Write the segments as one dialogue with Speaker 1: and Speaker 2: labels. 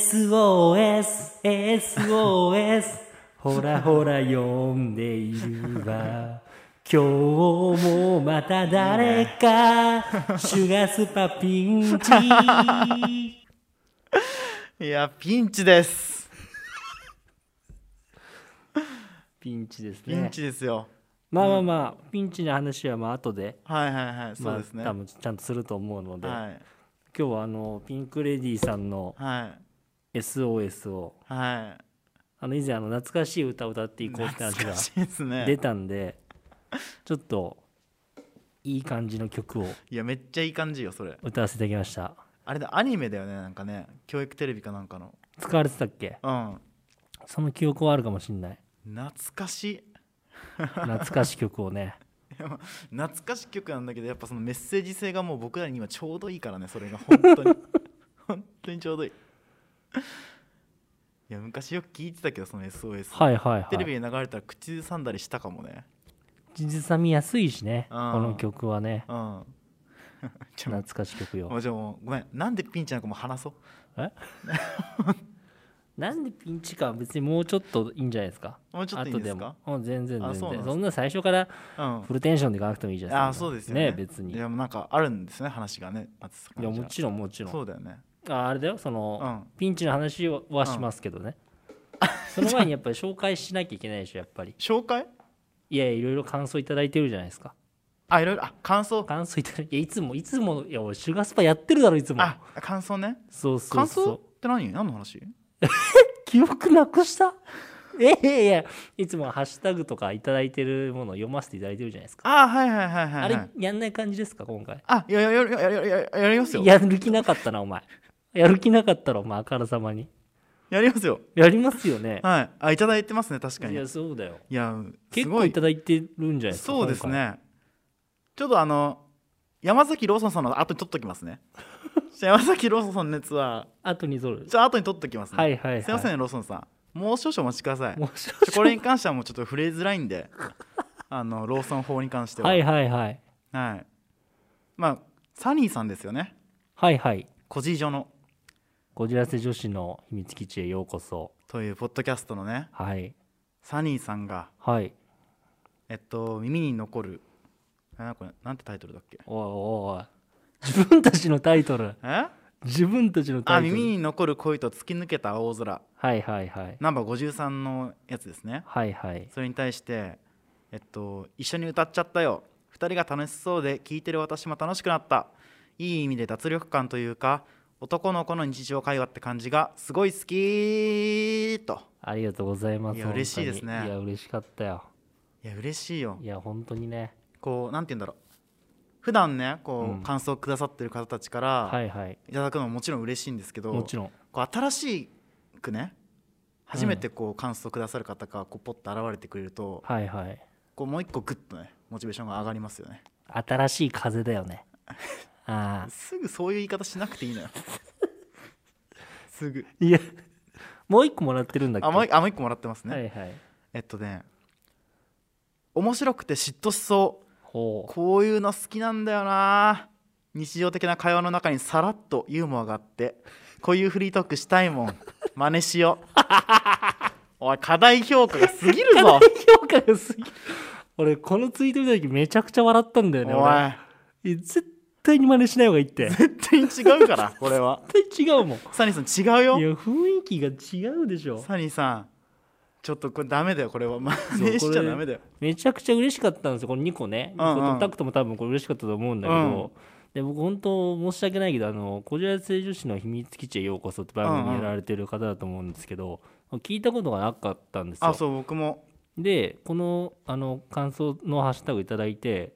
Speaker 1: SOS、SOS、ほらほら呼んでいる わ。今日もまた誰か、 シュガースパピンチ。
Speaker 2: いやピンチです
Speaker 1: ピンチです
Speaker 2: ピン
Speaker 1: ね。
Speaker 2: チですよ、
Speaker 1: まあまあまあ、ピンチの話はまあ後で、
Speaker 2: はいはいはいそ
Speaker 1: ま
Speaker 2: う
Speaker 1: あ
Speaker 2: ですね、
Speaker 1: 多分ちゃんとすると思うので、
Speaker 2: はい
Speaker 1: 今日はあの、ピンクレディーさんの
Speaker 2: はい
Speaker 1: SOS を、
Speaker 2: はい
Speaker 1: あの以前あの懐かしい歌を歌っていこうって話
Speaker 2: 懐
Speaker 1: が
Speaker 2: かしいです
Speaker 1: 出
Speaker 2: ね
Speaker 1: たんでちょっといい感じの曲を
Speaker 2: いやめっちゃいい感じよそれ
Speaker 1: 歌わせていただきました
Speaker 2: あれだアニメだよねなんかね教育テレビかなんかの
Speaker 1: 使われてたっけ
Speaker 2: うん
Speaker 1: その記憶はあるかもしんない
Speaker 2: 懐かしい
Speaker 1: 懐かしい曲を ね
Speaker 2: いやまあ懐かしい曲なんだけどやっぱそのメッセージ性がもう僕らに今ちょうどいいからねそれが本当 に本当にちょうどいいいや昔よく聞いてたけどその SOS、
Speaker 1: はいはい
Speaker 2: テ
Speaker 1: は
Speaker 2: レビ
Speaker 1: い
Speaker 2: で流れたら口ずさんだりしたかもね
Speaker 1: 口ずさみやすいしねこ
Speaker 2: うん
Speaker 1: の曲はね
Speaker 2: うんじゃあ
Speaker 1: 懐かしい曲
Speaker 2: も
Speaker 1: よ
Speaker 2: うじゃあもうごめんなんでピンチなんかもう話そう
Speaker 1: えなんでピンチか別にもうちょっといいんじゃないですか
Speaker 2: もうちょっといいんです
Speaker 1: 後
Speaker 2: か
Speaker 1: もうん全然全
Speaker 2: あそうなんで
Speaker 1: 然
Speaker 2: す
Speaker 1: そんな最初から
Speaker 2: うん
Speaker 1: フルテンションでいかなくてもいいじゃない
Speaker 2: あ
Speaker 1: で
Speaker 2: あ
Speaker 1: すか
Speaker 2: そうですよね
Speaker 1: 別に
Speaker 2: いやもうなんかあるんですね話がね松坂
Speaker 1: い
Speaker 2: さ
Speaker 1: や
Speaker 2: んじゃ
Speaker 1: もちろんもちろん
Speaker 2: そうだよね
Speaker 1: ああれだよその、ピンチの話をはしますけどね、その前にやっぱり紹介しなきゃいけないでしょやっぱり
Speaker 2: 紹介
Speaker 1: いやいやいろいろ感想いただいてるじゃないですか
Speaker 2: あいろいろあ感想
Speaker 1: 感想いただいいやいつもいつもいや俺シュガースパやってるだろいつも
Speaker 2: あ感想ね
Speaker 1: そうそう
Speaker 2: 感
Speaker 1: そ
Speaker 2: 想
Speaker 1: う
Speaker 2: って何何の話
Speaker 1: 記憶なくしたえ いやいやいつもハッシュタグとかいただいてるものを読ませていただいてるじゃないですか、
Speaker 2: あはいはいはいはい、はい、
Speaker 1: あれやんない感じですか今回
Speaker 2: あいやいややるやるやるやるやりますよや
Speaker 1: やる気なかったなお前やる気なかったらお前あからさまに
Speaker 2: りますよ
Speaker 1: やりますよね
Speaker 2: はいあいただいてますね確か
Speaker 1: い
Speaker 2: にい
Speaker 1: やそうだよ
Speaker 2: やす
Speaker 1: 結
Speaker 2: ご
Speaker 1: 構い
Speaker 2: い
Speaker 1: ただいてるんじゃないですか
Speaker 2: そうです
Speaker 1: 今回
Speaker 2: ねちょっとあの山崎ローソンさんの後に取っときます ねじゃあ山崎ローソンさんのやつは
Speaker 1: 後にぞる
Speaker 2: じゃあ後に取っときますね、
Speaker 1: はいはいはい
Speaker 2: すいませんローソンさんもう少々お待ちください
Speaker 1: もう少
Speaker 2: これに関してはもうちょっと触れづらいんで あのローソン法に関しては
Speaker 1: はいはいはい
Speaker 2: はいまあサニーさんですよね
Speaker 1: はいはい
Speaker 2: 小じい女の
Speaker 1: こじらせ女子の秘密基地へようこそ
Speaker 2: というポッドキャストのね
Speaker 1: はい
Speaker 2: サニーさんが
Speaker 1: はい
Speaker 2: えっと耳に残るあこれなんてタイトルだっけ
Speaker 1: おいおいおい自分たちのタイトル
Speaker 2: え
Speaker 1: 自分たちのタ
Speaker 2: あ
Speaker 1: イト
Speaker 2: 耳
Speaker 1: ル
Speaker 2: に残る恋と突き抜けた青空
Speaker 1: はいはいはい
Speaker 2: ナンバー53のやつですね
Speaker 1: はいはい
Speaker 2: それに対してえっと一緒に歌っちゃったよ二人が楽しそうで聴いてる私も楽しくなったいい意味で脱力感というか男の子の日常会話って感じがすごい好きと
Speaker 1: ありがとうございます
Speaker 2: いや嬉しいですね
Speaker 1: 本当にいや嬉しかったよ
Speaker 2: いや嬉しいよ
Speaker 1: いや本当にね
Speaker 2: こうなんて言うんだろう普段ねこう、
Speaker 1: うん
Speaker 2: 感想をくださってる方たちから、
Speaker 1: はいはい
Speaker 2: いただくのももちろん嬉しいんですけど
Speaker 1: もちろん
Speaker 2: こう新しくね初めてこう感想くださる方がこうポッと現れてくれると、
Speaker 1: はいはい
Speaker 2: こうもう一個グッとねモチベーションが上がりますよね
Speaker 1: 新しい風だよ ねああ
Speaker 2: すぐそういう言い方しなくていいの よすぐ
Speaker 1: いやもう一個もらってるんだっけ
Speaker 2: あもう一個あもう一個もらってますね、
Speaker 1: はいはい
Speaker 2: えっとね面白くて嫉妬しそう
Speaker 1: ほ
Speaker 2: こういうの好きなんだよな日常的な会話の中にさらっとユーモアがあってこういうフリートークしたいもん真似し ようおい課題評価がすぎる ぞ
Speaker 1: う評価がすぎる俺このツイート見た時めちゃくちゃ笑ったんだよね
Speaker 2: お
Speaker 1: 俺
Speaker 2: 前
Speaker 1: いや絶対に真似しない方がいいって絶
Speaker 2: 絶対に違うからこれは
Speaker 1: 対違う もんい
Speaker 2: サニーさん違うよ
Speaker 1: や雰囲気が違うでしょ
Speaker 2: サニーさんちょっとこれダメだよこれは真似しちゃダメだよ
Speaker 1: めちゃくちゃ嬉しかったんですよこの2個ね
Speaker 2: うんうん
Speaker 1: 2個とタクトも多分これ嬉しかったと思うんだけど、で僕本当申し訳ないけどあのこじらせ女子の秘密基地へようこそって番組やられてる方だと思うんですけど、聞いたことがなかったんですよ
Speaker 2: あそう僕も
Speaker 1: でこのあの感想のハッシュタグいただいて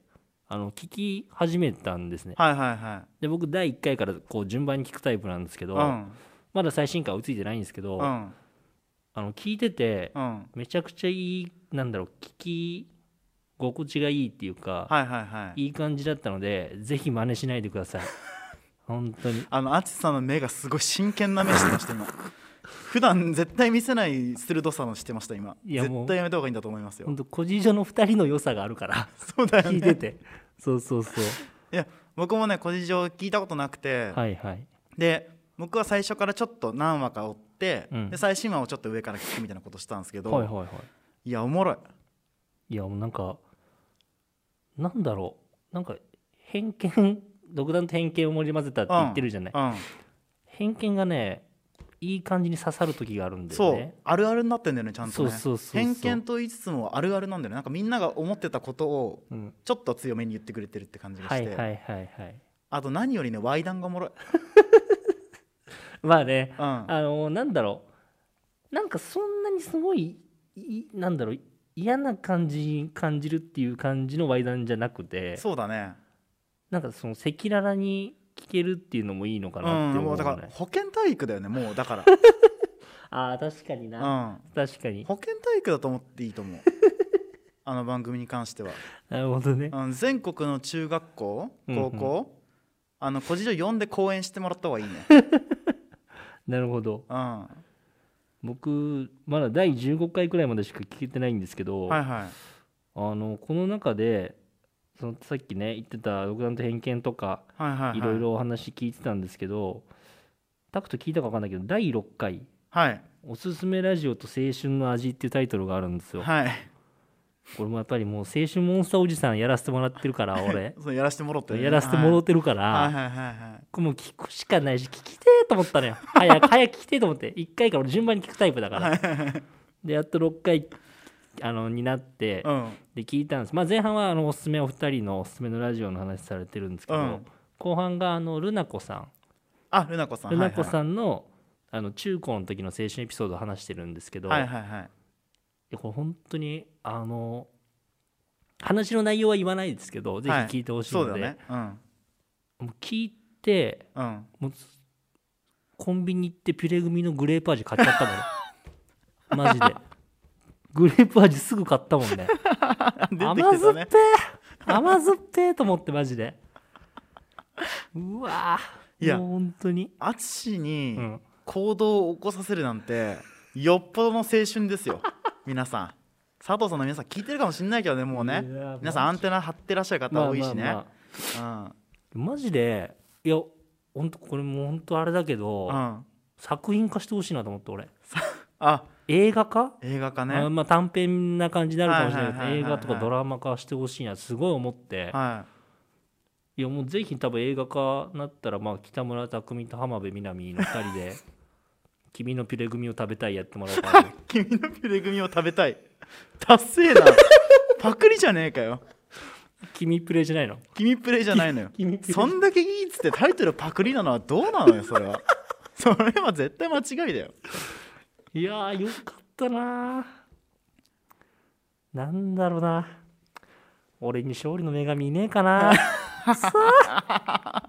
Speaker 1: あの聞き始めたんですね
Speaker 2: はいはいは
Speaker 1: で僕第1回からこう順番に聞くタイプなんですけ
Speaker 2: い
Speaker 1: ど、
Speaker 2: うん
Speaker 1: まだ最新回追いついてないんですけど、
Speaker 2: うん
Speaker 1: あの聞いてて
Speaker 2: うん
Speaker 1: めちゃくちゃいいなんだろう聞き心地がいいっていうか、
Speaker 2: はいはいはい
Speaker 1: い、い感じだったのでぜひ真似しないでください 本当に
Speaker 2: あのアチさんの目がすごい真剣な目してました今 普段絶対見せない鋭さのしてました今
Speaker 1: いやもう
Speaker 2: 絶対やめた方がいいんだと思いま すよ
Speaker 1: 本当個人所の2人の良さがあるから
Speaker 2: そうだよ
Speaker 1: 聞いて
Speaker 2: ね
Speaker 1: てそうそうそう
Speaker 2: いや僕もね個人情聞いたことなくて
Speaker 1: はいはい
Speaker 2: で僕は最初からちょっと何話か追って、
Speaker 1: うん
Speaker 2: で最新話をちょっと上から聞くみたいなことしたんですけど、、
Speaker 1: はいはいはい
Speaker 2: やおもろい
Speaker 1: いいやもうなんかなんだろうなんか偏見独断と偏見を盛り混ぜたって言ってるじゃない、
Speaker 2: うん、
Speaker 1: 偏見がねいい感じに刺さる時があるんだ
Speaker 2: そ
Speaker 1: よ
Speaker 2: う、
Speaker 1: ね
Speaker 2: あるあるになってんだよねちゃんと
Speaker 1: そう
Speaker 2: ね
Speaker 1: そうそうそう
Speaker 2: 偏見と言いつつもあるあるなんだよねなんかみんなが思ってたことを
Speaker 1: う、ん、
Speaker 2: ちょっと強めに言ってくれてるって感じが
Speaker 1: は
Speaker 2: し
Speaker 1: い
Speaker 2: て、
Speaker 1: はいはいはい
Speaker 2: あと何よりねワイダンがおもろい、
Speaker 1: まあね
Speaker 2: うん、
Speaker 1: あのなんだろうなんかそんなにすごいいなんだろう嫌な感じに感じるっていう感じのワイダンじゃなくて
Speaker 2: そうだね
Speaker 1: なんかその赤裸々に聞けるっていうのもいいのかなって
Speaker 2: うん、
Speaker 1: 思
Speaker 2: も
Speaker 1: う
Speaker 2: うだ
Speaker 1: ね、
Speaker 2: から保健体育だよねもうだ か
Speaker 1: あー確かにな、
Speaker 2: ら、
Speaker 1: 確か
Speaker 2: うん、
Speaker 1: に
Speaker 2: 保健体育だと思っていい と思うあの番組に関しては
Speaker 1: なるほどね
Speaker 2: うん全国の中学校
Speaker 1: うんうん
Speaker 2: 高校、あの小事情呼んで講演してもらった方がいいね、
Speaker 1: なるほど
Speaker 2: うん、は
Speaker 1: 僕まだ第15回くらいまでしか聞けてないんですけど、
Speaker 2: いは
Speaker 1: あのこの中でそのさっきね言ってた独断と偏見とか
Speaker 2: いはいはいはい
Speaker 1: いろいろお話聞いてたんですけどタクト聞いたか分かんないけど第6回
Speaker 2: はい
Speaker 1: 「おすすめラジオと青春の味」っていうタイトルがあるんですよ。
Speaker 2: はい
Speaker 1: これもやっぱりもう青春モンスターおじさんやらせてもらってるから俺
Speaker 2: そうやらせてもろってね、
Speaker 1: やらせてもろ
Speaker 2: っ
Speaker 1: ってるから、
Speaker 2: はいはいはいはいはい
Speaker 1: これもう聞くしかないし聞きてえと思った のよ早く早く聞きてえと思って1回から俺順番に聞くタイプだからでやっと6回あのになって
Speaker 2: うん
Speaker 1: で聞いたんです、まあ、前半はあのおすすめお二人のおすすめのラジオの話されてるんですけど、
Speaker 2: うん
Speaker 1: 後半があのルナ子さん
Speaker 2: あルナコさん
Speaker 1: ルナ子
Speaker 2: ん
Speaker 1: さんの,、あの中高の時の青春エピソードを話してるんですけど、
Speaker 2: はいはいはいはい
Speaker 1: いやこれ本当にあの話の内容は言わないですけどぜひ聞いてほしい
Speaker 2: そう
Speaker 1: の
Speaker 2: だ
Speaker 1: で、
Speaker 2: ねうん
Speaker 1: もう聞いて
Speaker 2: うん
Speaker 1: もうコンビニ行ってピュレ組のグレープ味買っちゃったもんマジでグレープ味すぐ買ったもんね
Speaker 2: 出てき
Speaker 1: 甘
Speaker 2: て
Speaker 1: 酸
Speaker 2: た
Speaker 1: っ
Speaker 2: ね
Speaker 1: ぱい甘酸っぱいと思ってマジでうわー
Speaker 2: いや
Speaker 1: もう本当に
Speaker 2: 淳
Speaker 1: う
Speaker 2: に
Speaker 1: ん
Speaker 2: 行動を起こさせるなんてよっぽどの青春ですよ 皆さん佐藤さんの皆さん聞いてるかもしれないけどねもうね
Speaker 1: いや
Speaker 2: 皆さんアンテナ張ってらっしゃる方多いしね、
Speaker 1: まあマジでいや本当これもう本当あれだけど、
Speaker 2: うん、うん、
Speaker 1: 作品化してほしいなと思って俺
Speaker 2: あ
Speaker 1: 映画化、
Speaker 2: 映画かね
Speaker 1: あまあ短編な感じになるかもしれないけど
Speaker 2: はいはいはい
Speaker 1: 映
Speaker 2: はいはい
Speaker 1: 画とかドラマ化してほしいなすごい思って、、
Speaker 2: はい
Speaker 1: やもうぜひ多分映画化なったらまあ北村匠海と浜辺美波の2人 で「君のピュレ組を食べたい」やってもらおうかない
Speaker 2: 君のピュレ組を食べたい達成 なパクリじゃねえかよ
Speaker 1: 君プレイじゃないの
Speaker 2: 君プレイじゃないのよ
Speaker 1: 君プレイ
Speaker 2: そんだけいいっつってタイトルパクリなのはどうなのよそれはそれは絶対間違いだよ
Speaker 1: いやーよかったなーなんだろうな俺に勝利の女神いねえかなくそー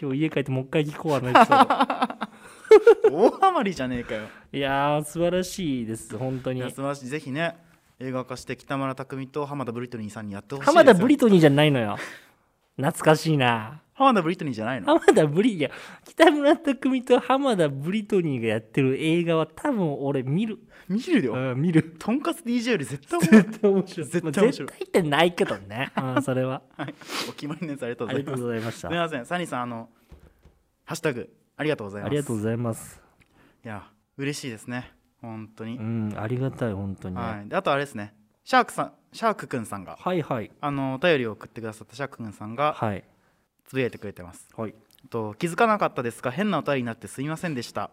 Speaker 1: 今日家帰ってもう一回聞こうあのエピソード
Speaker 2: 大ハマりじゃねえかよ
Speaker 1: いやー素晴らしいです本当
Speaker 2: い
Speaker 1: に
Speaker 2: や素晴らしいぜひね映画化して北村匠海と浜田ブリトニーさんにやってほしいですよ
Speaker 1: 浜田ブリトニーじゃないのよ懐かしいな
Speaker 2: 浜田ブリトニーじゃないの
Speaker 1: 浜田ブリいや北村匠海と浜田ブリトニーがやってる映画は多分俺見る、
Speaker 2: 見るよ
Speaker 1: うん、見る
Speaker 2: とんかつ DJ より絶対
Speaker 1: 絶
Speaker 2: 面白い
Speaker 1: 対面白い
Speaker 2: 絶対面白い
Speaker 1: まあ絶対ってないけどね、 うん、それ は
Speaker 2: はいお決まりのやつありがとう
Speaker 1: あ
Speaker 2: ござ
Speaker 1: り
Speaker 2: い
Speaker 1: が
Speaker 2: ま
Speaker 1: と
Speaker 2: す
Speaker 1: うございまし
Speaker 2: す
Speaker 1: た
Speaker 2: みませんサニーさんあのハッシュタグありがとうございます
Speaker 1: ありがとうございます。
Speaker 2: いや嬉しいですね本当に、
Speaker 1: うん、ありがたい、本当にね。
Speaker 2: はい、であとあれですねシャークさんシャークくんさんが
Speaker 1: はいはい。
Speaker 2: あのお便りを送ってくださったシャークくんさんが
Speaker 1: はい。
Speaker 2: つぶやいてくれてます
Speaker 1: はい。
Speaker 2: と気づかなかったですが変なお便りになってすみませんでした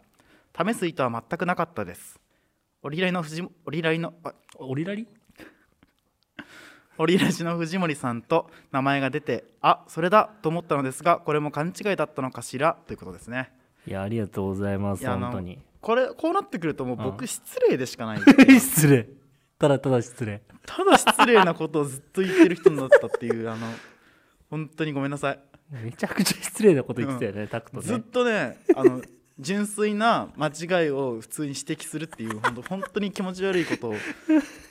Speaker 2: 試す意図は全くなかったです折りライの藤折りライのあ
Speaker 1: オリラリ
Speaker 2: 折りラジの藤森さんと名前が出てあそれだと思ったのですがこれも勘違いだったのかしらということですね
Speaker 1: いや、ありがとうございます、
Speaker 2: いやあの
Speaker 1: 本当に。
Speaker 2: これこうなってくるともう僕失礼でしかない
Speaker 1: 失礼。ただただ失礼。
Speaker 2: ただ失礼なことをずっと言ってる人になったっていうあの本当にごめんなさい
Speaker 1: めちゃくちゃ失礼なこと言ってたよね、タクト
Speaker 2: ずっ
Speaker 1: ね。
Speaker 2: とねあの純粋な間違いを普通に指摘するっていう本当本当に気持ち悪いことを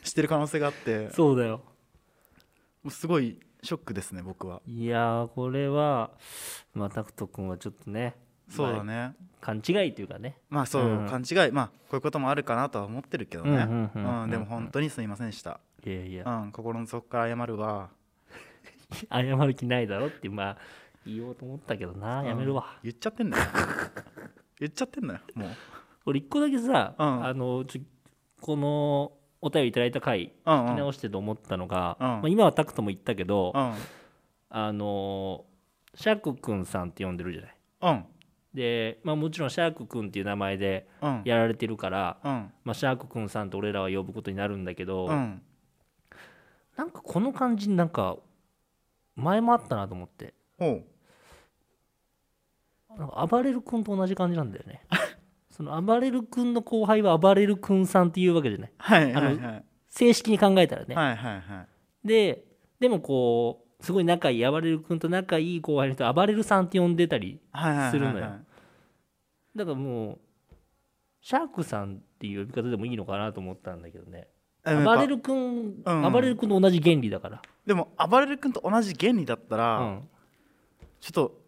Speaker 2: してる可能性があっても
Speaker 1: そうだよ。
Speaker 2: うすごいショックですね僕はい
Speaker 1: やー、これは、まあ、タクト君はちょっとね、
Speaker 2: そうだね、
Speaker 1: 勘違いというかね。
Speaker 2: まあそう、
Speaker 1: うん
Speaker 2: 勘違いまあこういうこともあるかなとは思ってるけど
Speaker 1: うん
Speaker 2: ね
Speaker 1: うんうんうん
Speaker 2: うんでも本当にすいませんでした、
Speaker 1: いやいや
Speaker 2: う、ん、心の底から謝るわ
Speaker 1: 謝る気ないだろって、まあ、言おうと思ったけどなやめるわ、
Speaker 2: うん言っちゃっ てんだよ言っちゃってんだよもう
Speaker 1: 俺一個だけさ、
Speaker 2: うん
Speaker 1: あのちょこのお便りいただいた回
Speaker 2: う
Speaker 1: 聞
Speaker 2: んう
Speaker 1: き
Speaker 2: ん
Speaker 1: 直してと思ったのが、
Speaker 2: うん
Speaker 1: まあ、今はタクトも言ったけど、
Speaker 2: うん
Speaker 1: あのシャークくんさんって呼んでるじゃない
Speaker 2: うん
Speaker 1: で、まあ、もちろんシャークくんっていう名前で
Speaker 2: うん
Speaker 1: やられてるから、
Speaker 2: うん
Speaker 1: まあ、シャークくんさんと俺らは呼ぶことになるんだけど、
Speaker 2: うん
Speaker 1: なんかこの感じなんか前もあったなと思って
Speaker 2: ほう
Speaker 1: なんか暴れる君と同じ感じなんだよ ねその暴れる君の後輩は暴れる君さんっていうわけじゃない
Speaker 2: はいはいはい
Speaker 1: 正式に考えたらね、
Speaker 2: はいはいはい
Speaker 1: ででもこうすごい仲いい暴れる君と仲いい後輩の人暴れるさんって呼んでたり
Speaker 2: はいはいはいはい
Speaker 1: するのよだからもうシャークさんっていう呼び方でもいいのかなと思ったんだけどね
Speaker 2: でもやっ
Speaker 1: 暴
Speaker 2: ぱ
Speaker 1: れる君、
Speaker 2: うん
Speaker 1: 暴れる君と同じ原理だから、
Speaker 2: でも暴れる君と同じ原理だったら、
Speaker 1: うん
Speaker 2: ちょっと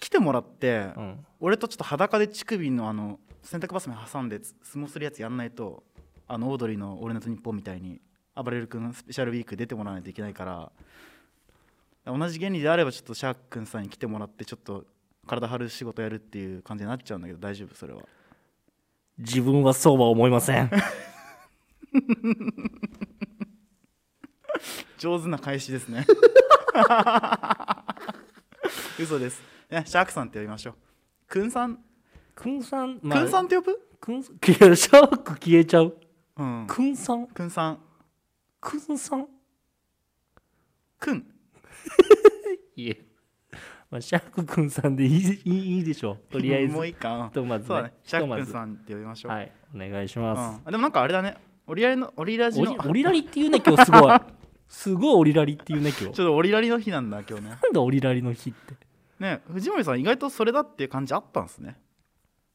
Speaker 2: 来てもらって、
Speaker 1: うん、
Speaker 2: 俺とちょっと裸で乳首のあの洗濯バサミ挟んでつ相撲するやつやんないとあのオードリーの「オールナイトニッポン」みたいに暴れる君スペシャルウィーク出てもらわないといけないから同じ原理であればちょっとシャーク君さんに来てもらってちょっと体張る仕事やるっていう感じになっちゃうんだけど大丈夫それは
Speaker 1: 自分はそうは思いません
Speaker 2: 上手な返しですね 嘘です、ね、シャークさんって呼びましょう君さん
Speaker 1: 君さん、まあ、
Speaker 2: 君さんって呼ぶ、
Speaker 1: くん、い や、シャーク消えちゃう。
Speaker 2: うん
Speaker 1: くんさん、
Speaker 2: 君さん
Speaker 1: くんさん。
Speaker 2: 君
Speaker 1: いえ。まあ、シャークくんさんでいい、いい、いいでしょう。とりあえず。
Speaker 2: もうい
Speaker 1: ひ
Speaker 2: いかうん
Speaker 1: とまず、
Speaker 2: そうだね
Speaker 1: ね。、ひ
Speaker 2: シャ
Speaker 1: と
Speaker 2: ッ
Speaker 1: ま
Speaker 2: クン
Speaker 1: ず。
Speaker 2: さんって呼びましょう。
Speaker 1: はい、お願いし
Speaker 2: う
Speaker 1: ま
Speaker 2: ん、あでもなんかあれだね、オリラリのオリラ
Speaker 1: す。
Speaker 2: ジ
Speaker 1: お
Speaker 2: の、
Speaker 1: り
Speaker 2: ちょ
Speaker 1: オリラリっていうね、今日すご い。すごいオリラリっていうね、今
Speaker 2: っ
Speaker 1: 日。
Speaker 2: とオリラリの日なんだ今日ね。
Speaker 1: なんだオリラリの日って。
Speaker 2: ね、藤森さん意外とそれだっていう感じあったんですね。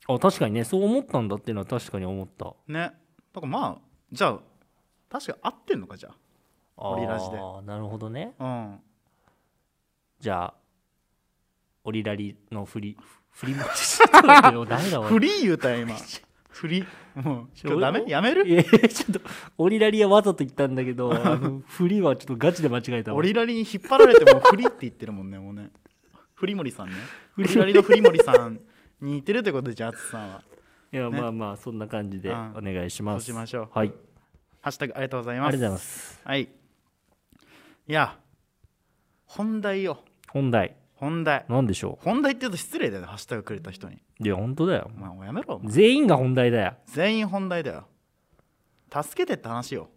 Speaker 1: あ、確かにね、そう思ったんだっていうのは確かに思った。
Speaker 2: ね、だからまあじゃあ確かに合ってんのかじゃ
Speaker 1: あー
Speaker 2: オリラジで
Speaker 1: なるほどね。
Speaker 2: あ。
Speaker 1: じゃあ、オリラリの振り、振り回しちゃった けど、ダメだ
Speaker 2: うん。
Speaker 1: わ。
Speaker 2: フリー言うたよ 今。フリー。もう今日ダメ
Speaker 1: 俺
Speaker 2: やめる？
Speaker 1: いやちょっとオリラリはわざと言ったんだけ どあの振りはちょっとガチで間違えたわ
Speaker 2: オリラリに引っ張られてもフリーって言ってるもんねもうね。フリモリさ んね。オリラリのフリモリさんに似てるってことでじゃあ淳さんは。
Speaker 1: いや、まあまあそんな感じで
Speaker 2: うん
Speaker 1: お願いします
Speaker 2: そうしましょう
Speaker 1: はいあり
Speaker 2: ハッシュタグありがとうござい
Speaker 1: が
Speaker 2: ま
Speaker 1: とうご
Speaker 2: す
Speaker 1: ざい。ます
Speaker 2: はい。いや、本題よ。
Speaker 1: 本題
Speaker 2: 本題。
Speaker 1: 何でしょ
Speaker 2: 本題って言うと失礼だよね、ハッシュタグくれた人に。
Speaker 1: ういや本当だよ
Speaker 2: お前、もうやめろ。お前
Speaker 1: 全員が本題だよ
Speaker 2: 全員本題だよ。助けてって話よ。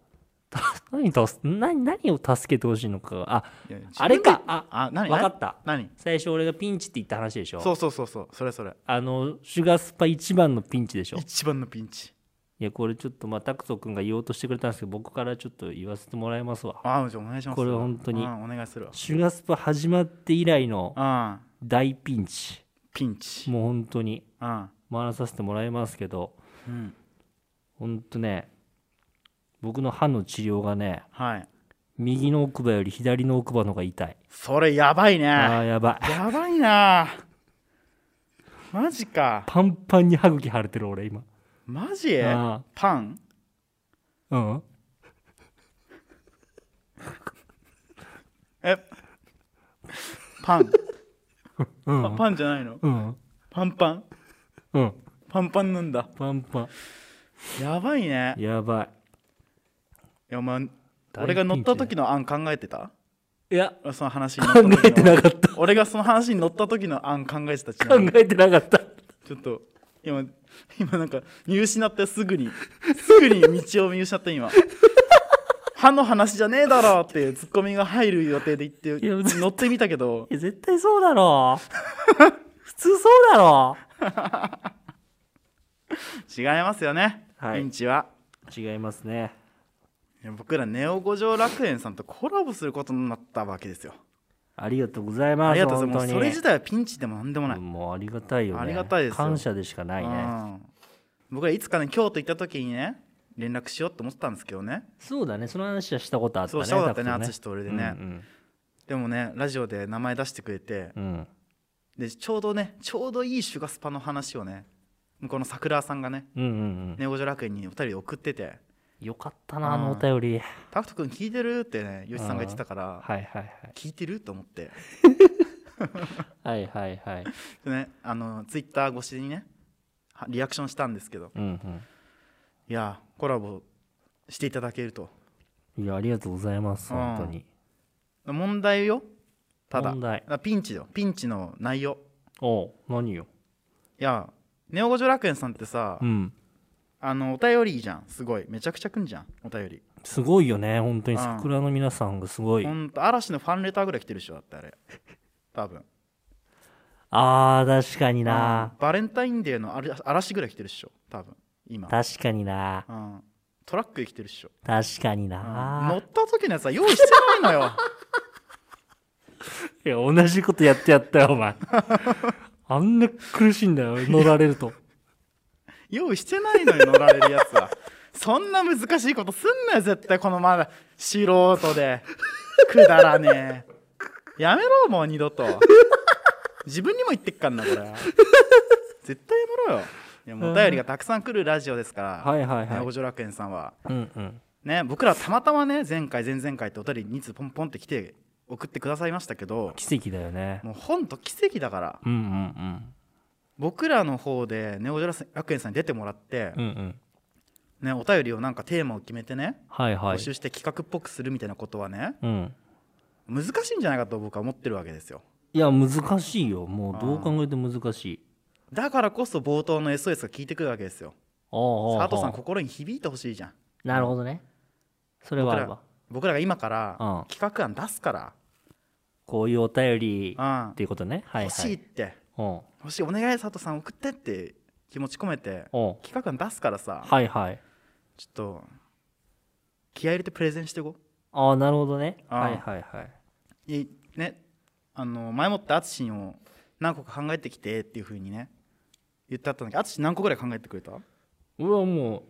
Speaker 1: 何と何何を助けてほしいのかがあ
Speaker 2: いや自分で
Speaker 1: あれかあ
Speaker 2: あ、何
Speaker 1: わかった
Speaker 2: 何
Speaker 1: 最初俺がピンチって言った話でしょ
Speaker 2: そうそうそうそう、それそれ。
Speaker 1: あのシュガースパ一番のピンチでしょ
Speaker 2: 一番のピンチ。
Speaker 1: いやこれちょっとまあタクト君が言おうとしてくれたんですけど僕からちょっと言わせてもらいますわ
Speaker 2: あ、じゃあお願いします。
Speaker 1: これ本当に
Speaker 2: うんお願いするわ。
Speaker 1: シュガースパ始まって以来の
Speaker 2: あ
Speaker 1: 大ピンチ
Speaker 2: ピンチ。
Speaker 1: もう本当に
Speaker 2: あ
Speaker 1: 回らさせてもらいますけど
Speaker 2: うん。
Speaker 1: 本当ね僕の歯の治療がね
Speaker 2: はい。
Speaker 1: 右の奥歯より左の奥歯の方が痛い
Speaker 2: それやばいね。
Speaker 1: あ
Speaker 2: や
Speaker 1: ーやばい
Speaker 2: ばいな。マジか。
Speaker 1: パンパンに歯茎腫れてる俺今
Speaker 2: マジ
Speaker 1: あ
Speaker 2: パン
Speaker 1: うん
Speaker 2: えパン
Speaker 1: う
Speaker 2: パ
Speaker 1: ん
Speaker 2: パンじゃないの
Speaker 1: うん
Speaker 2: パンパン
Speaker 1: うん
Speaker 2: パンパンなんだ
Speaker 1: パンパ
Speaker 2: やばいね
Speaker 1: ンやば
Speaker 2: いやお前
Speaker 1: 大
Speaker 2: 俺が乗った時の案考えてた
Speaker 1: いいや
Speaker 2: その話に乗
Speaker 1: 考
Speaker 2: った時の
Speaker 1: えてなかった
Speaker 2: 俺がその話に乗った時の案考えてたちな
Speaker 1: 考
Speaker 2: みに
Speaker 1: えてなかった
Speaker 2: ちょっと今今なんか見失ったよすぐにすぐに道を見失った今歯の話じゃねえだろっていうツッコミが入る予定で言っ
Speaker 1: いや
Speaker 2: て乗ってみたけど
Speaker 1: いや絶対そうだ ろ普通そうだろ
Speaker 2: 違いますよね、
Speaker 1: はい
Speaker 2: ピンチは
Speaker 1: 違いますね
Speaker 2: いや僕らネオ五条楽園さんとコラボすることになったわけですよ
Speaker 1: ありがとうございます
Speaker 2: ありがとうございま
Speaker 1: 本
Speaker 2: す。
Speaker 1: 当
Speaker 2: もう
Speaker 1: に
Speaker 2: それ自体はピンチでもなんでもない。
Speaker 1: もうありがたいよね
Speaker 2: ありがたいですよ
Speaker 1: 感謝でしかないね
Speaker 2: うん僕らいつかね、京都行った時にね、連絡しようと思ってたんですけどね。
Speaker 1: そうだねその話はしたことあったね
Speaker 2: そうしたことあったね、
Speaker 1: タク
Speaker 2: 淳と俺でね、
Speaker 1: うん
Speaker 2: でもね、ラジオで名前出してくれて、
Speaker 1: うんうん
Speaker 2: で、ちょうどね、ちょうどいいシュガスパの話をね、向こうの桜さんがね、
Speaker 1: うんうん
Speaker 2: ネオ女楽園にお二人で送ってて、
Speaker 1: うんよかったなあのお便り
Speaker 2: タクト君聞いてるってね、吉さんが言ってたから、
Speaker 1: はいはいはい
Speaker 2: 聞いてると思って。
Speaker 1: はいはいはい
Speaker 2: でねあのツイッター越しにねはリアクションしたんですけど
Speaker 1: うん
Speaker 2: いやコラボしていただけると
Speaker 1: うんいやありがとうございます
Speaker 2: うん
Speaker 1: 本当に
Speaker 2: 問題よただ
Speaker 1: 問題
Speaker 2: だからピンチよピンチの内容
Speaker 1: おう何よ
Speaker 2: いやネオ五条楽園さんってさ、
Speaker 1: うん
Speaker 2: あのお便りいいじゃんすごいめちゃくちゃ来んじゃんお便り
Speaker 1: すごいよね本当に
Speaker 2: うん
Speaker 1: 桜の皆さんがすごい
Speaker 2: ほんと嵐のファンレターぐらい来てるでしょだってあれ 多分
Speaker 1: あー確かにな
Speaker 2: バレンタインデーのあれ嵐ぐらい来てるっしょ多分今、
Speaker 1: 確かにな
Speaker 2: うん、トラックで来てるっしょ、
Speaker 1: 確かに
Speaker 2: うん
Speaker 1: な
Speaker 2: 乗った時のやつは用意してないのよ
Speaker 1: いや同じことやってやったよお 前あんな苦しいんだよ乗られると
Speaker 2: 用意してないのよ乗られるやつは そんな難しいことすんなよ絶対このまだ素人でくだらねえやめろもう二度と自分にも言ってっかんなこれ絶対やめろよいやもうお便りがたくさん来るラジオですから、
Speaker 1: はいはい
Speaker 2: ね
Speaker 1: はい
Speaker 2: 五条楽園さんは
Speaker 1: うんうん
Speaker 2: ね僕らたまたまね前回前々回ってお便り2通ポンポンって来て送ってくださいましたけど
Speaker 1: 奇跡だよね
Speaker 2: もうほんと奇跡だから
Speaker 1: うんうん
Speaker 2: 僕らの方でネオジョ楽園さんに出てもらって
Speaker 1: うんう、んうん
Speaker 2: ね、お便りをなんかテーマを決めてね
Speaker 1: はいは
Speaker 2: 募
Speaker 1: い
Speaker 2: 集して企画っぽくするみたいなことはね
Speaker 1: うん
Speaker 2: 難しいんじゃないかと僕は思ってるわけですよ
Speaker 1: いや難しいよもうどう考えても難しい
Speaker 2: だからこそ冒頭の SOS が聞いてくるわけですよ
Speaker 1: おうおうおう
Speaker 2: 佐藤さん心に響いてほしいじゃん
Speaker 1: なるほどねそれは
Speaker 2: 僕
Speaker 1: ある
Speaker 2: ら
Speaker 1: わ
Speaker 2: 僕らが今から
Speaker 1: うん
Speaker 2: 企画案出すか
Speaker 1: こういうお便り
Speaker 2: ら、
Speaker 1: っていうことね
Speaker 2: うん、
Speaker 1: はい
Speaker 2: 欲
Speaker 1: は
Speaker 2: しいっ
Speaker 1: い
Speaker 2: て、
Speaker 1: うん
Speaker 2: 欲しいお願い佐藤さん送ってって気持ち込めて
Speaker 1: おう
Speaker 2: 企画案出すからさ
Speaker 1: はいはい
Speaker 2: ちょっと気合い入れてプレゼンしていこ
Speaker 1: ああなるほどね
Speaker 2: うん
Speaker 1: はいはいはいう
Speaker 2: いねあの前もって淳を何個か考えてきてっていうふうにね言ってあったんだけど淳何個ぐらい考えてくれた
Speaker 1: 俺はも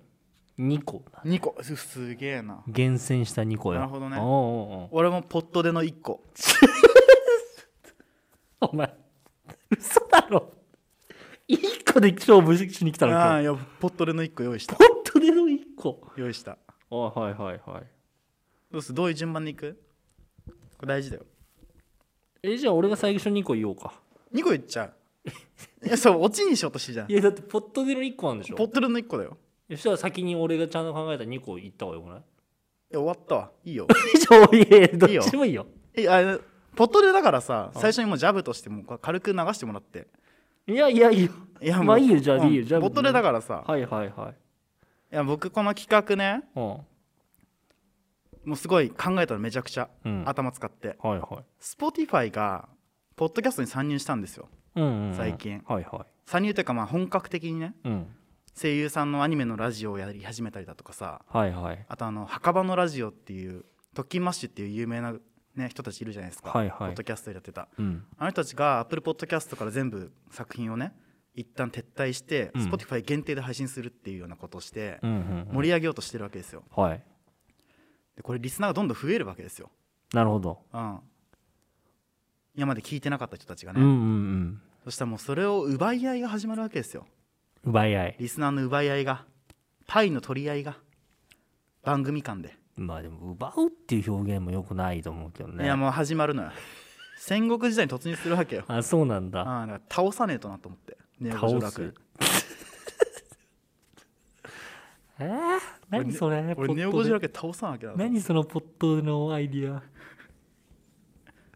Speaker 1: う2個だ
Speaker 2: 2個すすげえな
Speaker 1: 厳選した2個よ
Speaker 2: なるほどね
Speaker 1: おうおうおう
Speaker 2: 俺もポットでの1個
Speaker 1: お前嘘だろ1個で勝負しに来たの
Speaker 2: あ
Speaker 1: か
Speaker 2: あいやポットでの1個用意した
Speaker 1: 本当での1個
Speaker 2: 用意した
Speaker 1: あはいはいはい
Speaker 2: どうするどういう順番でいくこれ大事だよ
Speaker 1: えじゃあ俺が最初2個言おう か
Speaker 2: 2個言っちゃ ういやそうオチにしようとしてじゃん
Speaker 1: いやだってポットでの1個なんでしょ
Speaker 2: ポットでの1個だよ
Speaker 1: そしたら先に俺がちゃんと考えた2個言った方がよくない
Speaker 2: いや終わったわい いよ
Speaker 1: いやど
Speaker 2: いいよ
Speaker 1: っちでもいいよ
Speaker 2: えあポットでだからさ最初にもうジャブとしてもう軽く流してもらって
Speaker 1: いやいやいや
Speaker 2: いや
Speaker 1: まあいいよじゃあ
Speaker 2: うん
Speaker 1: いいよじゃあ
Speaker 2: ポットでだからさ
Speaker 1: はいはいはい
Speaker 2: いや僕この企画ね
Speaker 1: うん
Speaker 2: もうすごい考えたのめちゃくちゃ、
Speaker 1: うん
Speaker 2: 頭使って
Speaker 1: はいはい
Speaker 2: Spotify がポッドキャストに参入したんですよ
Speaker 1: うんうんうん
Speaker 2: 最近
Speaker 1: はいは
Speaker 2: 参入というかまあ本格的にね
Speaker 1: いうん
Speaker 2: 声優さんのアニメのラジオをやり始めたりだとかさ
Speaker 1: はいはい
Speaker 2: あとあの墓場のラジオっていう特勤マッシュっていう有名な、ね、人たちいるじゃないですか、
Speaker 1: はい
Speaker 2: ポ
Speaker 1: は
Speaker 2: ッ
Speaker 1: い
Speaker 2: ドキャストやってた
Speaker 1: うん
Speaker 2: あの人たちが Apple Podcast から全部作品をね一旦撤退して、
Speaker 1: うん
Speaker 2: Spotify 限定で配信するっていうようなことをして
Speaker 1: うんうんうん
Speaker 2: 盛り上げようとしてるわけですよ
Speaker 1: はい
Speaker 2: でこれリスナーがどんどん増えるわけですよ、
Speaker 1: なるほど
Speaker 2: うん、今まで聞いてなかった人たちが
Speaker 1: う
Speaker 2: ね、
Speaker 1: んうんうん
Speaker 2: そしたらもうそれを奪い合いが始まるわけですよ
Speaker 1: 奪い合い
Speaker 2: リスナーの奪い合いがパイの取り合いが番組間で、
Speaker 1: まあでも奪うっていう表現もよくないと思うけど
Speaker 2: い
Speaker 1: ね
Speaker 2: やもう始まるのよ戦国時代に突入するわけよ
Speaker 1: あそうなんだ
Speaker 2: ああだから倒さねえとなと思ってね
Speaker 1: 倒す
Speaker 2: 五条楽園
Speaker 1: えー、何それポ
Speaker 2: 俺ネオ
Speaker 1: ッ
Speaker 2: ゴ
Speaker 1: ト
Speaker 2: ジラ
Speaker 1: で
Speaker 2: 系倒さなきゃな
Speaker 1: 何そのポットのアイディア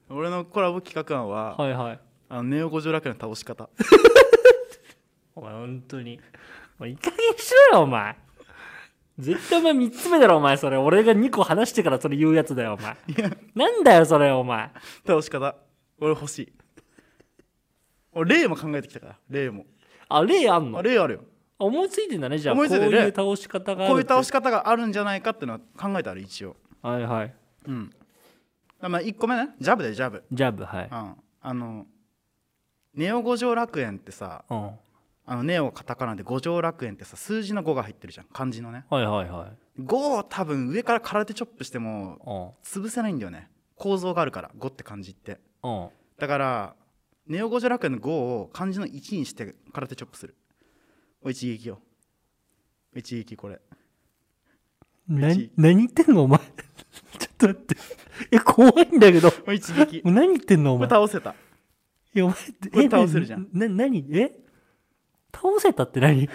Speaker 2: 俺のコラボ企画案は、
Speaker 1: はいはい
Speaker 2: あのネオゴジラ系の倒し方
Speaker 1: お前本当にお前いい加減にしろよお前絶対お前3つ目だろお前それ俺が2個話してからそれ言うやつだよお前なんだよそれお前
Speaker 2: 倒し方俺欲しい俺例も考えてきたから例も
Speaker 1: あ例あん
Speaker 2: あ
Speaker 1: の
Speaker 2: 例あるよ
Speaker 1: 思いついてんだねじゃあこ
Speaker 2: 思
Speaker 1: う
Speaker 2: いついてる
Speaker 1: いう倒し方がある
Speaker 2: こういう倒
Speaker 1: し
Speaker 2: し方があるんじゃないかっていうのは考えてある一応
Speaker 1: はいはい
Speaker 2: うんまあ1個目ねジャブだよジャブ
Speaker 1: ジャブはい
Speaker 2: うんあのネオ五条楽園ってさ
Speaker 1: うんは
Speaker 2: あのネオカタカナで五条楽園ってさ数字の5が入ってるじゃん漢字のね
Speaker 1: いはいはい
Speaker 2: 5を多分上から空手チョップしても
Speaker 1: う
Speaker 2: 潰せないんだよね構造があるから5って漢字って
Speaker 1: んうん
Speaker 2: だからネオ五条楽園の5を漢字の1にして空手チョップするお一撃よ一撃これ
Speaker 1: な
Speaker 2: 一
Speaker 1: 何言ってんのお前 ちょっと待っていや怖いんだけど
Speaker 2: お一撃 こ
Speaker 1: 何言ってんのお
Speaker 2: れ
Speaker 1: 前
Speaker 2: 倒せた
Speaker 1: いや、お前、え
Speaker 2: これ倒せるじゃん。
Speaker 1: な、なに、え倒せたって 何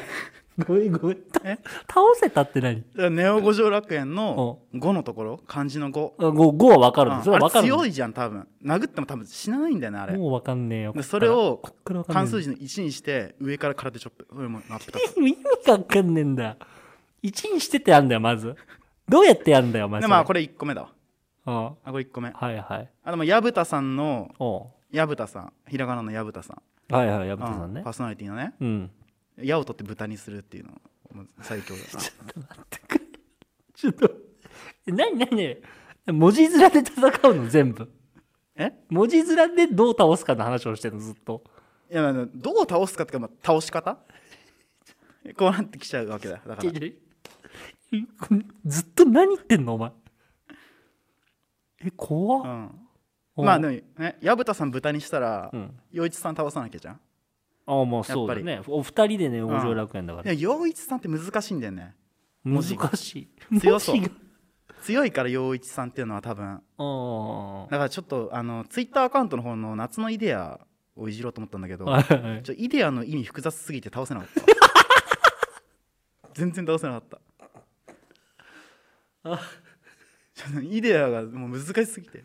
Speaker 1: ごめんごめん。た
Speaker 2: え
Speaker 1: 倒せたって何
Speaker 2: だからネオ五条楽園の5のところ漢字の5
Speaker 1: あ、ご、ごはわかるん
Speaker 2: あ
Speaker 1: です。それはわか
Speaker 2: あれ
Speaker 1: るの。
Speaker 2: 強いじゃん多分殴っても多分死なないんだよねあれ
Speaker 1: もうわかんねえよ。こっから
Speaker 2: それを
Speaker 1: こっからわかんねえ
Speaker 2: 関数字の1にして上から空手チョップそれもナップタップ
Speaker 1: 意味がわかんねえんだ。一にしてってやんだよ、まず。どうやってやんだ よ、まず。
Speaker 2: でまあこれ1個目だわ
Speaker 1: うん
Speaker 2: あこれ1個目
Speaker 1: はいはい。
Speaker 2: あでも薮田さんの
Speaker 1: おう
Speaker 2: 薮田さんひらがなの薮田さん
Speaker 1: はいはい、矢吹
Speaker 2: う
Speaker 1: さん
Speaker 2: ん
Speaker 1: ね
Speaker 2: パー。ソナリティのね
Speaker 1: うん。
Speaker 2: 矢を取って豚にするっていうのもう最強だな
Speaker 1: ちょっと、なになに文字面で戦うの、全部。
Speaker 2: え
Speaker 1: 文字面でどう倒すかの話をしてるの、ずっと。
Speaker 2: いやあのどう倒すかっていうか、まあ、倒し方 こうなってきちゃうわけだだから
Speaker 1: ずっと何言ってんの、お前。え、
Speaker 2: う
Speaker 1: 怖っ
Speaker 2: ん
Speaker 1: お
Speaker 2: まあでもね薮田さん豚にしたら
Speaker 1: うん
Speaker 2: 陽一さん倒さなきゃじゃん
Speaker 1: ああ、まあそうだね。お二人でね、五条楽園だか
Speaker 2: い
Speaker 1: ら
Speaker 2: や。陽一さんって難しいんだよね文
Speaker 1: 難
Speaker 2: 字
Speaker 1: しい。
Speaker 2: 強そう
Speaker 1: 文字が
Speaker 2: 強いから陽一さんっていうのは多分
Speaker 1: あ
Speaker 2: だからちょっとあのツイッターアカウントの方の夏のイデアをいじろうと思ったんだけど
Speaker 1: あ。はいはい
Speaker 2: ちょイデアの意味複雑すぎて倒せなかった 全然倒せなかったちょっとイデアがもう難しすぎて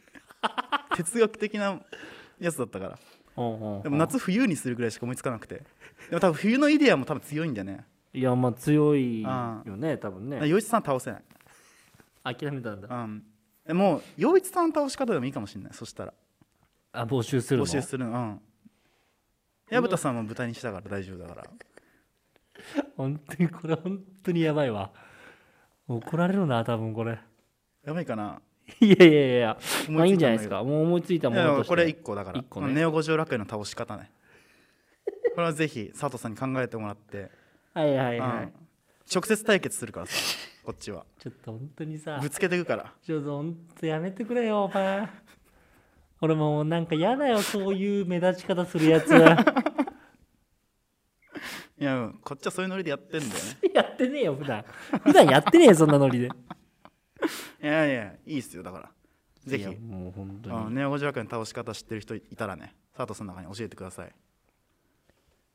Speaker 2: 哲学的なやつだったから
Speaker 1: うんうん
Speaker 2: でも夏冬にするぐらいしか思いつかなくてでも多分冬のイデアも多分強いんだよね
Speaker 1: いやまあ強いよね多分ね
Speaker 2: 陽一さん倒せない、
Speaker 1: 諦めたんだ
Speaker 2: うん、でもう陽一さん倒し方でもいいかもしれないそしたら
Speaker 1: あ募集するの
Speaker 2: 募集するのうん矢蓋さんも豚にしたから大丈夫だから
Speaker 1: 本当にこれ本当にやばいわ怒られるな多分これ
Speaker 2: やばいかない
Speaker 1: やいやいや
Speaker 2: 思いついたんだけど
Speaker 1: まあいいんじゃないですかもう思いついた
Speaker 2: い
Speaker 1: も
Speaker 2: や
Speaker 1: のと
Speaker 2: いや
Speaker 1: して
Speaker 2: これ1個だから
Speaker 1: 一個ね
Speaker 2: ネオ五条楽園の倒し方ねこれはぜひ佐藤さんに考えてもらって、
Speaker 1: はいはいは
Speaker 2: う
Speaker 1: い
Speaker 2: ん直接対決するからさこっちは
Speaker 1: ちょっと本当にさ
Speaker 2: ぶつけていくから
Speaker 1: ちょっと本当やめてくれよお前俺もうなんか嫌だよそういう目立ち方するや つ
Speaker 2: いやうんこっちはそういうノリでやってんだよね
Speaker 1: やってねえよ普段普段やってねえよそんなノリで
Speaker 2: いやいやいいっすよだからぜ
Speaker 1: い
Speaker 2: ひ
Speaker 1: やもう本当に
Speaker 2: うんネオ五条楽園の倒し方知ってる人いたらね佐藤さんの中に教えてください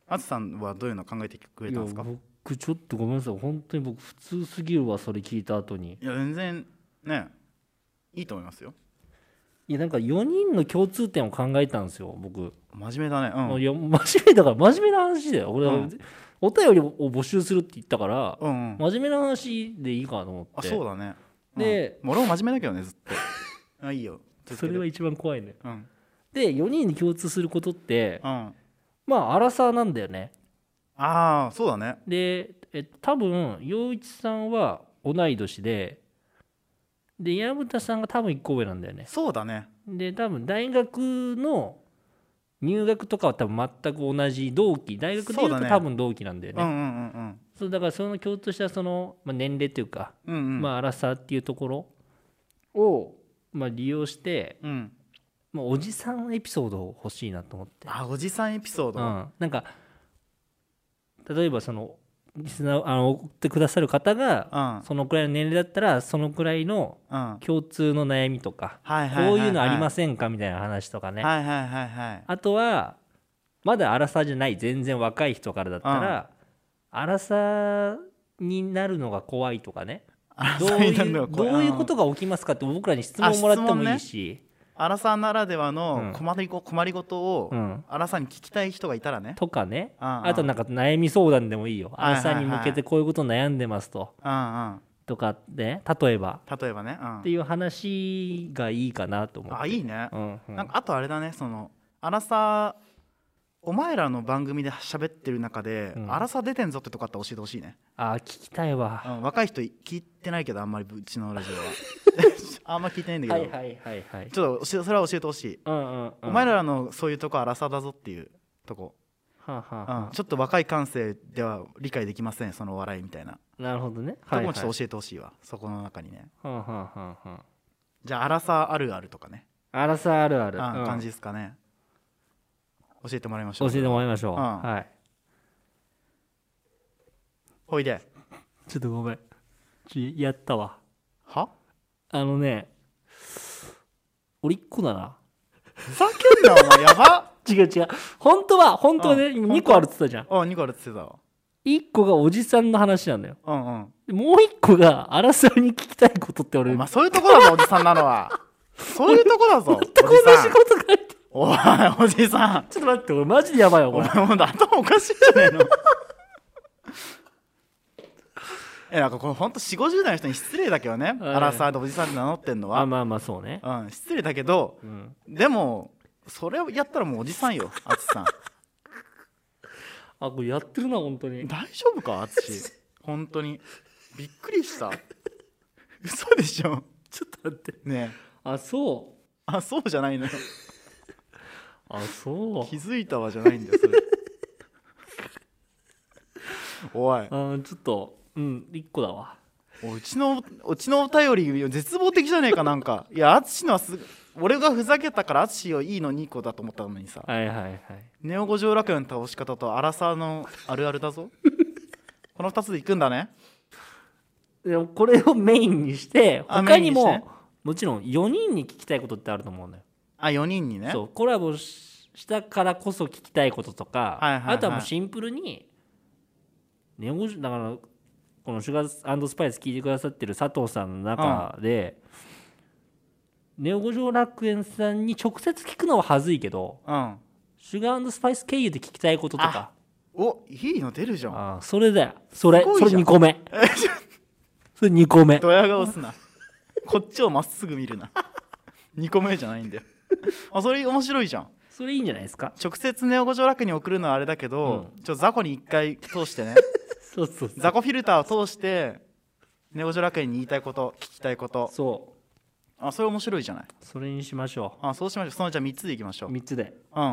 Speaker 2: あつさんはどういうの考えてくれたんですか
Speaker 1: いや僕ちょっとごめんなさい本当に僕普通すぎるわそれ聞いた後に
Speaker 2: いや全然ねいいと思いますよ
Speaker 1: いやなんか4人の共通点を考えたんですよ僕、
Speaker 2: 真面目だねうん
Speaker 1: いや真面目だから真面目な話だよ俺、
Speaker 2: うん
Speaker 1: お便りを募集するって言ったから、
Speaker 2: うんうん
Speaker 1: 真面目な話でいいかと思って
Speaker 2: あそうだね
Speaker 1: で、
Speaker 2: うん、俺も真面目だけどねずっ とあいいよ続
Speaker 1: そ
Speaker 2: けて
Speaker 1: れは一番怖いね
Speaker 2: うん
Speaker 1: で4人に共通することって
Speaker 2: うんあ
Speaker 1: まあ荒さなんだよね
Speaker 2: あーそうだね
Speaker 1: で、えっと、多分陽一さんは同い年でで薮田さんが多分1個上なんだよね
Speaker 2: そうだね
Speaker 1: で多分大学の入学とかは多分全く同じ同期大学でい
Speaker 2: そううだ
Speaker 1: と
Speaker 2: ね
Speaker 1: 多分同期なんだよ
Speaker 2: う
Speaker 1: ね
Speaker 2: んうんうん
Speaker 1: そうだからその共通したその、まあ、年齢というか、
Speaker 2: うんうんうん
Speaker 1: まあ荒さっていうところを、まあ、利用して、
Speaker 2: うん
Speaker 1: まあ、おじさんエピソード欲しいなと思って、
Speaker 2: あおじさんエピソー
Speaker 1: う
Speaker 2: ド、
Speaker 1: ん、なんか例えばそのリスナーあの送ってくださる方が
Speaker 2: うん
Speaker 1: そのくらいの年齢だったらそのくらいの
Speaker 2: うん
Speaker 1: 共通の悩みとか
Speaker 2: はいはいはい、はい、
Speaker 1: こういうのありますせんかみたいな話とかね
Speaker 2: はいはいはいはい
Speaker 1: あとはまだ荒さじゃない全然若い人からだったら荒さになるのが怖いとかね
Speaker 2: あ
Speaker 1: どう
Speaker 2: そう
Speaker 1: い
Speaker 2: いうのが
Speaker 1: うど
Speaker 2: 怖い
Speaker 1: い
Speaker 2: う
Speaker 1: う
Speaker 2: うん
Speaker 1: ことが起きますかって僕らに質問もらってもいいし、
Speaker 2: アラサーならでは
Speaker 1: うん
Speaker 2: の困りご困りごとを
Speaker 1: うん
Speaker 2: アラサーに聞きたい人がいたらね
Speaker 1: とかね
Speaker 2: うんうん
Speaker 1: あとなんか悩み相談でもいいよ
Speaker 2: はいはい
Speaker 1: 荒
Speaker 2: はい
Speaker 1: さに向けてこういうこと悩んでますと
Speaker 2: うんうん
Speaker 1: とかね例えば
Speaker 2: 例えばね、う
Speaker 1: って
Speaker 2: ん、
Speaker 1: いう話がいいかなと思う
Speaker 2: あいいね
Speaker 1: う、んうん
Speaker 2: なんかあとあれだねそのアラサーお前らの番組で喋ってる中で、
Speaker 1: うん
Speaker 2: アラサー出てんぞってとこあったら教えてほし いね、
Speaker 1: あー聞きたいわ
Speaker 2: う、ん、若い人聞いてないけどあんまりうちのラジ オは あんま聞いてないんだけ
Speaker 1: は
Speaker 2: ど、
Speaker 1: いはいはいはい
Speaker 2: ちょっと教えそれは教えてほしい、
Speaker 1: うんうん、うん、
Speaker 2: お前らのそういうとこアラサーだぞっていうとこ、
Speaker 1: はあはあ
Speaker 2: うん
Speaker 1: はあ
Speaker 2: ちょっと若い感性では理解できませんそのお笑いみたいな、
Speaker 1: なるほどね
Speaker 2: そ
Speaker 1: はい
Speaker 2: こ
Speaker 1: は
Speaker 2: も
Speaker 1: い
Speaker 2: ちょっと教えてほしいわそこの中にね
Speaker 1: はあはあはあはあ
Speaker 2: じゃあアラサーあるあるとかね、
Speaker 1: あらさあるあ
Speaker 2: う
Speaker 1: る、
Speaker 2: ん
Speaker 1: うん
Speaker 2: 感じですかね教えてもらいまし
Speaker 1: 教
Speaker 2: ょう
Speaker 1: えてもらいましょう、
Speaker 2: うん
Speaker 1: はい
Speaker 2: ほいで
Speaker 1: ちょっとごめんちやったわ
Speaker 2: は
Speaker 1: あのね俺一個だな
Speaker 2: ふざけんなお前やば
Speaker 1: 違う違う。本当は、本当はね、
Speaker 2: うん
Speaker 1: 今2個あるって言ったじゃん。
Speaker 2: あニコルって言ってたわ
Speaker 1: 1個がおじさんの話なんだよ。
Speaker 2: うんうん
Speaker 1: でもう1個が、争いに聞きたいことって俺、
Speaker 2: お
Speaker 1: 全
Speaker 2: 前
Speaker 1: く
Speaker 2: そういうとこだぞおじさんなのはそういうとこだぞ
Speaker 1: 同じこと書いてる。
Speaker 2: おじさんおいおじさん
Speaker 1: ちょっと待って、俺マジでやばいよ、こ
Speaker 2: お
Speaker 1: れ。
Speaker 2: 前もう頭おかしいじゃないのえなんかこれほんと4 5 0代の人に失礼だけどね、
Speaker 1: はい
Speaker 2: アラサーでおじさんって名乗ってんの
Speaker 1: あ
Speaker 2: は、
Speaker 1: まあまあ、そうね。
Speaker 2: うん、失礼だけど
Speaker 1: うん。
Speaker 2: でもそれをやったらもうおじさんよ淳さん
Speaker 1: あ、これやってるな、本当に。
Speaker 2: 大丈夫か淳本当にびっくりした嘘でしょ
Speaker 1: ちょっと待って。
Speaker 2: ねえ
Speaker 1: あ、そう。
Speaker 2: あそうじゃない のよ
Speaker 1: あ、そう
Speaker 2: 気。づいたわじゃないんだよそれ おい
Speaker 1: あーちょっと、うん、1個だわ。
Speaker 2: おうちのうちのお便り絶望的じゃねえかなんかいや淳のはす俺がふざけたから淳はいいの2個だと思ったのにさ
Speaker 1: はいはいはい。
Speaker 2: ネオ五条楽園の倒し方と荒沢のあるあるだぞ この2つでいくんだね
Speaker 1: でもこれをメインにして、
Speaker 2: あ
Speaker 1: 他に
Speaker 2: メインにして
Speaker 1: も、もちろん4人に聞きたいことってあると思うんだよ。
Speaker 2: あ4人にね
Speaker 1: そうコラボししたからこそ聞きたいこととか、
Speaker 2: はいはいはい
Speaker 1: あとはもうシンプルにネオ50だからこの「シュガースパイス」聞いてくださってる佐藤さんの中で、ネオ五条楽園さんに直接聞くのは恥ずいけど
Speaker 2: うん
Speaker 1: シュガースパイス経由で聞きたいこととか
Speaker 2: おいいの出るじゃん
Speaker 1: あそれだよそれ
Speaker 2: すごい
Speaker 1: そ
Speaker 2: じゃん
Speaker 1: れ2個 目それ2個目
Speaker 2: ドヤ顔すなこっちをまっすぐ見るな2個目じゃないんだよあそれ面白いじゃん
Speaker 1: それいいんじゃないですか
Speaker 2: 直接ネオ五条楽園に送るのはあれだけど、ちょっと雑魚に1回通し てね
Speaker 1: そうそうそう
Speaker 2: ザコフィルターを通してネオジョ楽園に言いたいこと聞きたいこと
Speaker 1: そう
Speaker 2: あそれ面白いじゃない
Speaker 1: それにしましょ
Speaker 2: あそうしましょうそのじゃあ3つでいきましょ
Speaker 1: う
Speaker 2: う
Speaker 1: 3つで
Speaker 2: うん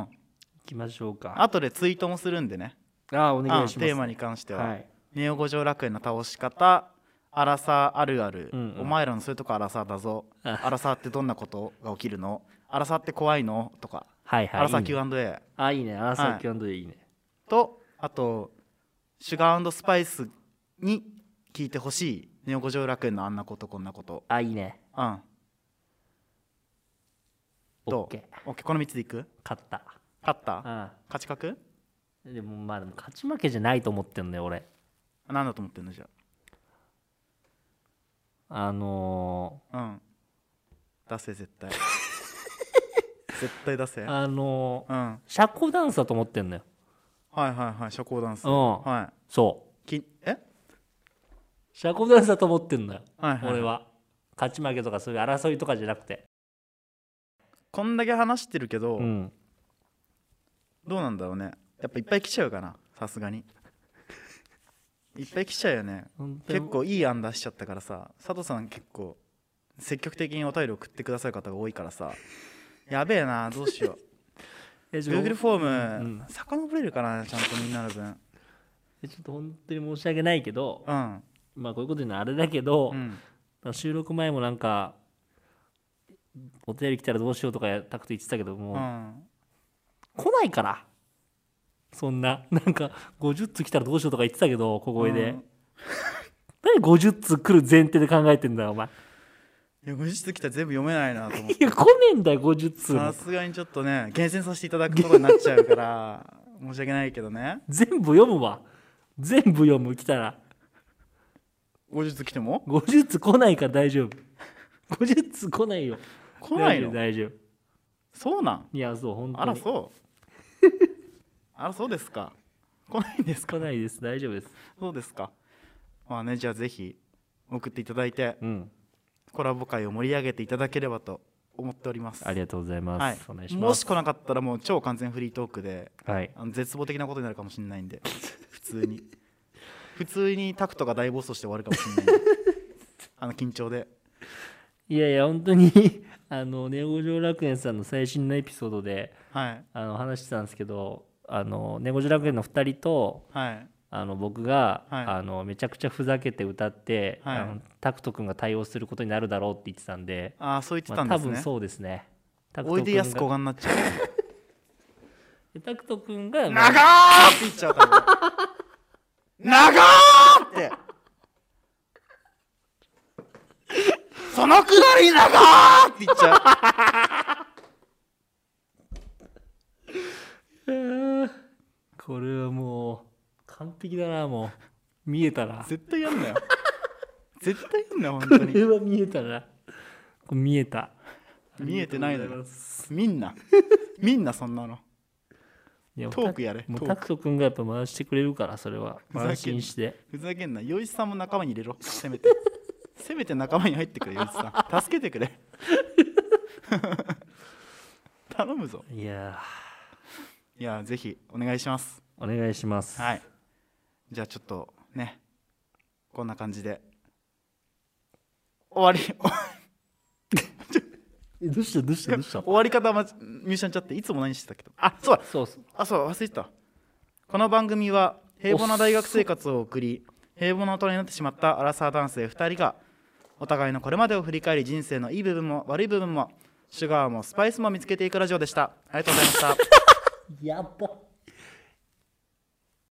Speaker 1: いきましょうか
Speaker 2: あとでツイートもするんでね
Speaker 1: ああお
Speaker 2: うん
Speaker 1: 願いします
Speaker 2: テーマに関しては、
Speaker 1: はい
Speaker 2: ネオ五条楽園の倒し方アラサーあるある、
Speaker 1: うんうん
Speaker 2: お前らのそういうとこアラサーだぞ
Speaker 1: あ
Speaker 2: アラサーってどんなことが起きるのアラサーって怖いのとか、
Speaker 1: はいはい。
Speaker 2: アラサ
Speaker 1: い
Speaker 2: ー
Speaker 1: いね
Speaker 2: Q&A
Speaker 1: あ、いいね。アラサ
Speaker 2: は
Speaker 1: ー
Speaker 2: い
Speaker 1: Q&A いいね。
Speaker 2: とあとシュガースパイスに聞いてほしいネオ五条楽園のあんなことこんなこと
Speaker 1: あ、いいね。
Speaker 2: うん
Speaker 1: オッ
Speaker 2: ど
Speaker 1: ケー。
Speaker 2: うオッケーこの3つでいく
Speaker 1: 勝った。
Speaker 2: 勝った
Speaker 1: あ
Speaker 2: 勝ち確
Speaker 1: でもまあでも勝ち負けじゃないと思ってんだよ俺。
Speaker 2: 何だと思ってんのじゃ
Speaker 1: あの
Speaker 2: あうん出せ絶 対絶対出せう
Speaker 1: ー、
Speaker 2: ん
Speaker 1: あのー、
Speaker 2: はい
Speaker 1: 社交ダンスだと思ってんだよ。
Speaker 2: はいはい社交ダンス
Speaker 1: うん
Speaker 2: は
Speaker 1: そ
Speaker 2: いきえ
Speaker 1: う。社交ダンスだと思ってんだよ。
Speaker 2: はいはい
Speaker 1: 俺は。勝ち負けとかそういう争いとかじゃなくて。
Speaker 2: こんだけ話してるけど、
Speaker 1: うん。
Speaker 2: どうなんだろうねやっぱいっぱい来ちゃうかなさすがに いっぱい来ちゃうよね
Speaker 1: 本当に
Speaker 2: 結構いい案出しちゃったからさ佐藤さん結構積極的にお便り送ってくださる方が多いか らさやべえなどうしよう
Speaker 1: えちょ
Speaker 2: Google フォーム、
Speaker 1: うん
Speaker 2: 遡れるかなちゃんとみんなの分
Speaker 1: えちょっと本当に申し訳ないけど、
Speaker 2: うん、
Speaker 1: まあこういうこと言うのはあれだけど、
Speaker 2: うん、
Speaker 1: 収録前もなんかお便り来たらどうしようとかやタクト言ってたけどもう、
Speaker 2: うん
Speaker 1: 来ないからそんななんか50通来たらどうしようとか言ってたけど小声で、
Speaker 2: うん
Speaker 1: 何50通来る前提で考えてんだよお前
Speaker 2: いや後日来たら全部読めないなと思って
Speaker 1: いや来ねえんだよ50通
Speaker 2: さ
Speaker 1: も
Speaker 2: すがにちょっとね厳選させていただくことになっちゃうから 申し訳ないけどね
Speaker 1: 全部読むわ全部読む来たら
Speaker 2: 後日来ても
Speaker 1: 50通来ないから大丈夫50通来ないよ
Speaker 2: 来ないの
Speaker 1: 大丈夫大丈
Speaker 2: そうなん
Speaker 1: 夫いやそう本
Speaker 2: あ
Speaker 1: 当
Speaker 2: ら
Speaker 1: に
Speaker 2: そうあらそうですか来ないんですか
Speaker 1: 来ないです大丈夫です
Speaker 2: そうですかまあねじゃあぜひ送っていただいて
Speaker 1: うん
Speaker 2: コラボ会を盛り上げていただければと思っております
Speaker 1: ありがとうございます、お
Speaker 2: はい
Speaker 1: 願いし
Speaker 2: も
Speaker 1: ま
Speaker 2: し
Speaker 1: す
Speaker 2: 来なかったらもう超完全フリートークで
Speaker 1: はい
Speaker 2: あの絶望的なことになるかもしれない んで普通に普通にタクトが大暴走して終わるかもし れないんであの緊張で
Speaker 1: いやいや本当に あのネゴ城楽園さんの最新のエピソードで
Speaker 2: はい
Speaker 1: あの話してたんですけどあのネゴ城楽園の2人と
Speaker 2: はい
Speaker 1: あの僕が、
Speaker 2: はい
Speaker 1: あのめちゃくちゃふざけて歌って、
Speaker 2: はい
Speaker 1: あのタクト君が対応することになるだろうって言ってたんで、
Speaker 2: ああそう言って
Speaker 1: ま
Speaker 2: た
Speaker 1: あ
Speaker 2: ん
Speaker 1: 多
Speaker 2: です
Speaker 1: 分
Speaker 2: ね、
Speaker 1: そうですねタク
Speaker 2: おい
Speaker 1: ト
Speaker 2: で
Speaker 1: 君
Speaker 2: やすこ
Speaker 1: が
Speaker 2: がになっちゃう
Speaker 1: タクト君が、まあ
Speaker 2: 長ーって言っちゃう多分長ーってそのくだり長ーって言っちゃう
Speaker 1: 璧だなもう見えたな
Speaker 2: 絶対やんなよ絶対やんなよ本
Speaker 1: こ
Speaker 2: 当に
Speaker 1: れは見えたなこれ見えた
Speaker 2: 見えてないだ
Speaker 1: ありがとう
Speaker 2: ろ
Speaker 1: ござます
Speaker 2: みんなみんなそんなの
Speaker 1: いや
Speaker 2: トークやれ
Speaker 1: もう
Speaker 2: トーク
Speaker 1: タクト君がやっぱ回してくれるからそれは
Speaker 2: ふざけんな
Speaker 1: 安心して
Speaker 2: ふざけんな余一さんも仲間に入れろせめてせめて仲間に入ってくれ余一さん助けてくれ 頼むぞ
Speaker 1: いや
Speaker 2: いやぜひお願いします
Speaker 1: ーお願いします
Speaker 2: はいじゃあちょっとねこんな感じで終わり
Speaker 1: えどうしたどうしたどうした
Speaker 2: 終わり方まミュージシャンちゃっていつも何してたっけどあそうだ
Speaker 1: そうそう
Speaker 2: あそう忘れてたこの番組は平凡な大学生活を送り平凡な大人になってしまったアラサー男性2人がお互いのこれまでを振り返り人生のいい部分も悪い部分もシュガーもスパイスも見つけていくラジオでしたありがとうございました
Speaker 1: やば